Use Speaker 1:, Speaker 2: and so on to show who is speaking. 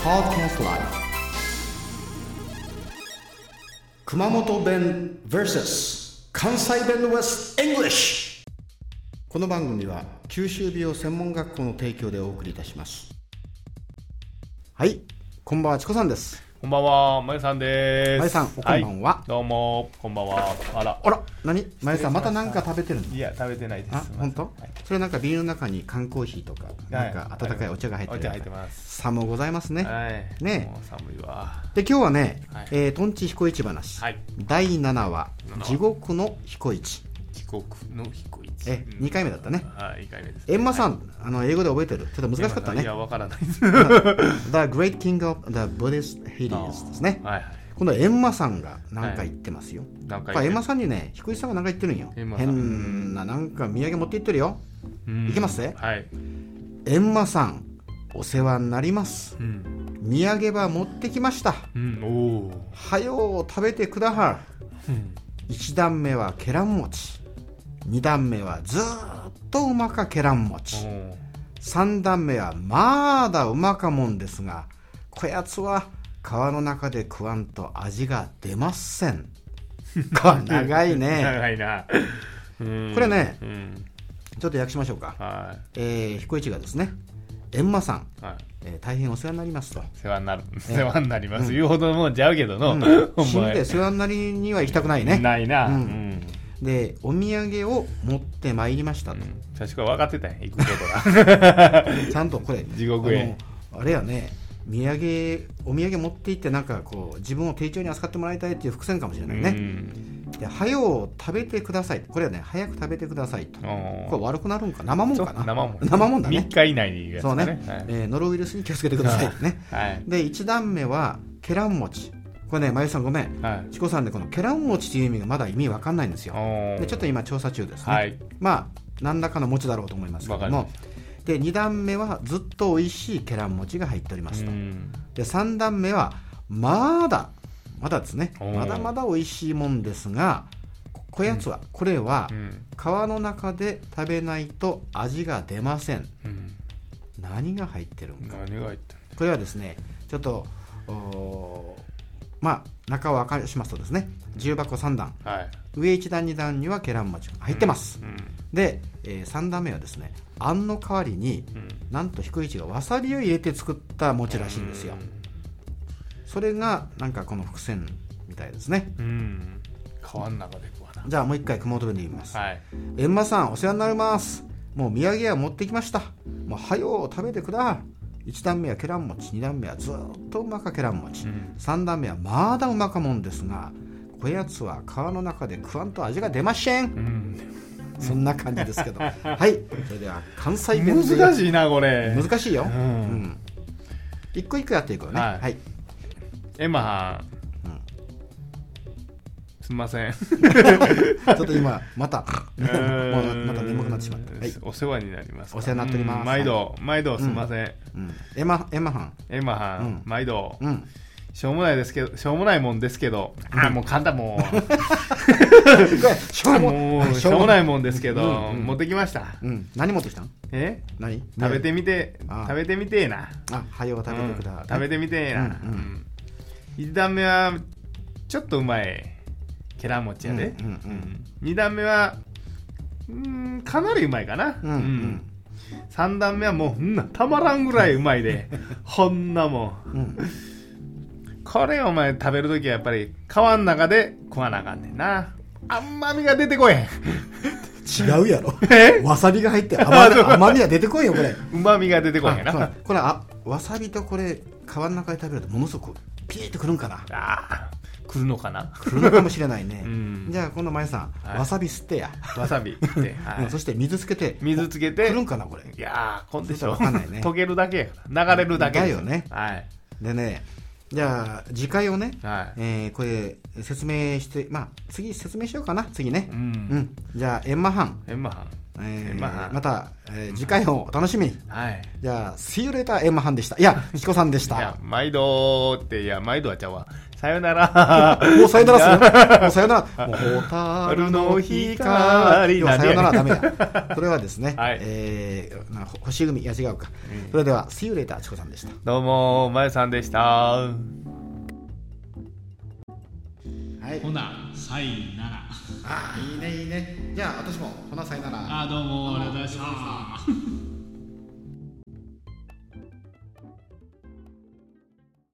Speaker 1: Podcast Live 熊本弁 vs 関西弁 West English この番組は九州美容専門学校の提供でお送りいたしますはいこんばんはチコさんです
Speaker 2: こんばんは、まゆさんです。
Speaker 1: まゆさん
Speaker 2: はい
Speaker 1: こんばんは
Speaker 2: どうも、こんばんは。あら、
Speaker 1: あら何まゆさんまた何か食べてるの
Speaker 2: いや、食べてないです。
Speaker 1: あ
Speaker 2: すいませ
Speaker 1: 本
Speaker 2: ん
Speaker 1: 当、
Speaker 2: はい
Speaker 1: それなんかビールの中に缶コーヒーとか、なんか温かいお茶が入ってる
Speaker 2: お茶入ってます。
Speaker 1: さもございますね、
Speaker 2: はい。
Speaker 1: ね
Speaker 2: もう寒いわ。
Speaker 1: で今日はね、
Speaker 2: はい
Speaker 1: えー、トンチ彦市話、
Speaker 2: はい
Speaker 1: 第7話
Speaker 2: 七話
Speaker 1: 地獄の彦市
Speaker 2: 帰国の飛行機。
Speaker 1: え
Speaker 2: うん
Speaker 1: 二回目だったね。
Speaker 2: はい、二回目です。
Speaker 1: エンマさん、あの英語で覚えてるちょっと難しかった
Speaker 2: い
Speaker 1: ね
Speaker 2: や、わからない です。
Speaker 1: う
Speaker 2: は
Speaker 1: ん The Great King of the Buddhist Hades ですね
Speaker 2: いはい。
Speaker 1: 今度はエンマさんが何か言ってますよ、
Speaker 2: 何
Speaker 1: やっ
Speaker 2: 回
Speaker 1: ぱ
Speaker 2: 目
Speaker 1: エンマさんにね彦市さんが何か言ってるんよ
Speaker 2: エンマさん
Speaker 1: 変ななんか土産持って行ってるよ
Speaker 2: うん
Speaker 1: いけます
Speaker 2: はい。
Speaker 1: エンマさんお世話になります
Speaker 2: うん。
Speaker 1: 土産ば持ってきました
Speaker 2: うん、おー
Speaker 1: はよう食べてくだはる
Speaker 2: うん。
Speaker 1: 1段目はケラン餅2段目はずーっとうまかケラン餅
Speaker 2: おー
Speaker 1: 3段目はまだうまかもんですがこやつは皮の中で食わんと味が出ませんこれ長いね
Speaker 2: 長いな。うん
Speaker 1: これね。
Speaker 2: うん。
Speaker 1: ちょっと訳しましょうか
Speaker 2: は
Speaker 1: えー、彦一がですね閻魔さん、
Speaker 2: い。はい。
Speaker 1: えー大変お世話になりますと
Speaker 2: 世話になる。世話になります。言うほどのもんちゃうけどの。 お
Speaker 1: 死ん
Speaker 2: 前
Speaker 1: で世話になりには行きたく ないね
Speaker 2: ないな。
Speaker 1: う
Speaker 2: うんん。
Speaker 1: でお土産を持ってまいりました と、
Speaker 2: 確か分かってたんや行くことが
Speaker 1: ちゃんとこれ
Speaker 2: 地獄へ
Speaker 1: あのあれやね土産お土産持って行ってなんかこう自分を丁重に扱ってもらいたいっていう伏線かもしれないね、で「はよう食べてください」これはね「早く食べてください」と
Speaker 2: うんおー
Speaker 1: これ悪くなるんか生もん
Speaker 2: そう
Speaker 1: かな
Speaker 2: 生もん
Speaker 1: 生もんだね
Speaker 2: 3日以内に言うやつ
Speaker 1: そう
Speaker 2: だ
Speaker 1: ね、
Speaker 2: ねはい
Speaker 1: えーノロウイルスに気をつけてくださいってね
Speaker 2: はい
Speaker 1: で1段目はケラン餅これねまゆさんごめん
Speaker 2: はい
Speaker 1: チコさんでこのケラン餅っていう意味がまだ意味わかんないんですよ
Speaker 2: お
Speaker 1: でちょっと今調査中ですね、
Speaker 2: はい
Speaker 1: まあ何らかの餅だろうと思いますけど
Speaker 2: わ
Speaker 1: も
Speaker 2: か
Speaker 1: で2段目はずっと美味しいケラン餅が入っておりますと、
Speaker 2: うん
Speaker 1: で3段目はまだまだですね
Speaker 2: おー
Speaker 1: まだまだ美味しいもんですがここやつは、これは
Speaker 2: うん
Speaker 1: 皮の中で食べないと味が出ません
Speaker 2: うん
Speaker 1: 何が入ってるんか
Speaker 2: 何が言った
Speaker 1: これはですねちょっとおーまあ中を明かしますとですね重箱3段
Speaker 2: のはい
Speaker 1: 上1段2段にはケラン餅が入ってます、
Speaker 2: うん
Speaker 1: で、え3段目はですねあんの代わりに
Speaker 2: うん
Speaker 1: なんと彦一がわさびを入れて作った餅らしいんですよ、それがなんかこの伏線みたいですね
Speaker 2: うん川の中で食わな
Speaker 1: じゃあもう一回熊本弁で言います
Speaker 2: はい
Speaker 1: 「閻魔さんお世話になりますもう土産は持ってきましたもうはよう食べてくだ1段目はケラン餅2段目はずっとうまかケラン餅、
Speaker 2: うん
Speaker 1: 3段目はまだうまかもんですがこやつは皮の中で食わんと味が出ません
Speaker 2: うん
Speaker 1: そんな感じですけ どはいそれでは関西弁で
Speaker 2: 難しいなこれ
Speaker 1: 難しいよ、
Speaker 2: う
Speaker 1: うんん、一個一個やっていくよね
Speaker 2: はい
Speaker 1: はい
Speaker 2: エマはん
Speaker 1: うん
Speaker 2: すみません
Speaker 1: ちょっと今 ま たもうまた眠くなってしまった、はい
Speaker 2: お世話になります
Speaker 1: お世話になっております
Speaker 2: うん毎度毎度すみません
Speaker 1: うん、エマエマハン
Speaker 2: エマは
Speaker 1: うん
Speaker 2: ん毎度
Speaker 1: うん
Speaker 2: しょ うもないですけどしょうもないもんですけどあーもう簡単もう
Speaker 1: しょう も
Speaker 2: もうしょうもないいもんですけど
Speaker 1: うんうん
Speaker 2: 持ってきました
Speaker 1: うん何持ってきたの
Speaker 2: え
Speaker 1: 何
Speaker 2: 食べてみて
Speaker 1: あー
Speaker 2: 食べてみてえな
Speaker 1: あはよう食べてく
Speaker 2: うん
Speaker 1: だ
Speaker 2: 食べてみてえな
Speaker 1: うんうん
Speaker 2: うん一段目はちょっとうまいケラ餅やで
Speaker 1: うんうんうん
Speaker 2: うん二段目はうーんかなりうまいかな
Speaker 1: うんう
Speaker 2: うん
Speaker 1: ん
Speaker 2: 三段目はもううんたまらんぐらいうまいでほんなもん
Speaker 1: うん
Speaker 2: これお前食べるときはやっぱり皮の中で食わなあかんねんな甘みが出てこえへん
Speaker 1: 違うやろ
Speaker 2: え
Speaker 1: わさびが入って 甘み甘みが出てこいよこれ
Speaker 2: うまみが出てこ
Speaker 1: あ
Speaker 2: えへんな
Speaker 1: そう
Speaker 2: あ
Speaker 1: これあわさびとこれ皮の中で食べるとものすごくピーってくるんかな
Speaker 2: あー来るのかな
Speaker 1: くるのかもしれないね、
Speaker 2: うん
Speaker 1: じゃあ今度まゆさん、
Speaker 2: はい
Speaker 1: わさび吸ってや、
Speaker 2: わさびって、は
Speaker 1: うんそ
Speaker 2: い、
Speaker 1: して水つけて
Speaker 2: 水つけ
Speaker 1: く
Speaker 2: て
Speaker 1: るんかなこれ
Speaker 2: いやーこんでし
Speaker 1: わ
Speaker 2: ょ
Speaker 1: かんないね
Speaker 2: 溶けるだけやから流れるだけです
Speaker 1: だよね
Speaker 2: はい
Speaker 1: でねじゃあ次回をね、
Speaker 2: はい
Speaker 1: えーこれ説明してまあ次説明しようかな次ね
Speaker 2: う
Speaker 1: うん、
Speaker 2: ん
Speaker 1: じゃあエンマハン、
Speaker 2: エンマはん
Speaker 1: えー
Speaker 2: エンマハン
Speaker 1: また、えー次回をお楽しみに
Speaker 2: はい
Speaker 1: じゃあ See you later エンマハンでしたいやヒコさんでし
Speaker 2: い
Speaker 1: た
Speaker 2: や毎度っていや毎度はちゃうわさよなら。
Speaker 1: もうさよならっすね。もうさよなら。もう蛍の光。でもさよならはダメだ。それはですね、
Speaker 2: はい
Speaker 1: えーな星組、いや違うか。それでは、See you later、チコさんでした。
Speaker 2: どうも、まゆさんでした。
Speaker 1: はい。
Speaker 3: ほな、さいなら。
Speaker 1: ああ、いいね、いいね。じゃあ、私も、ほな、さよなら。
Speaker 3: あ、どうも、ありがとうございました。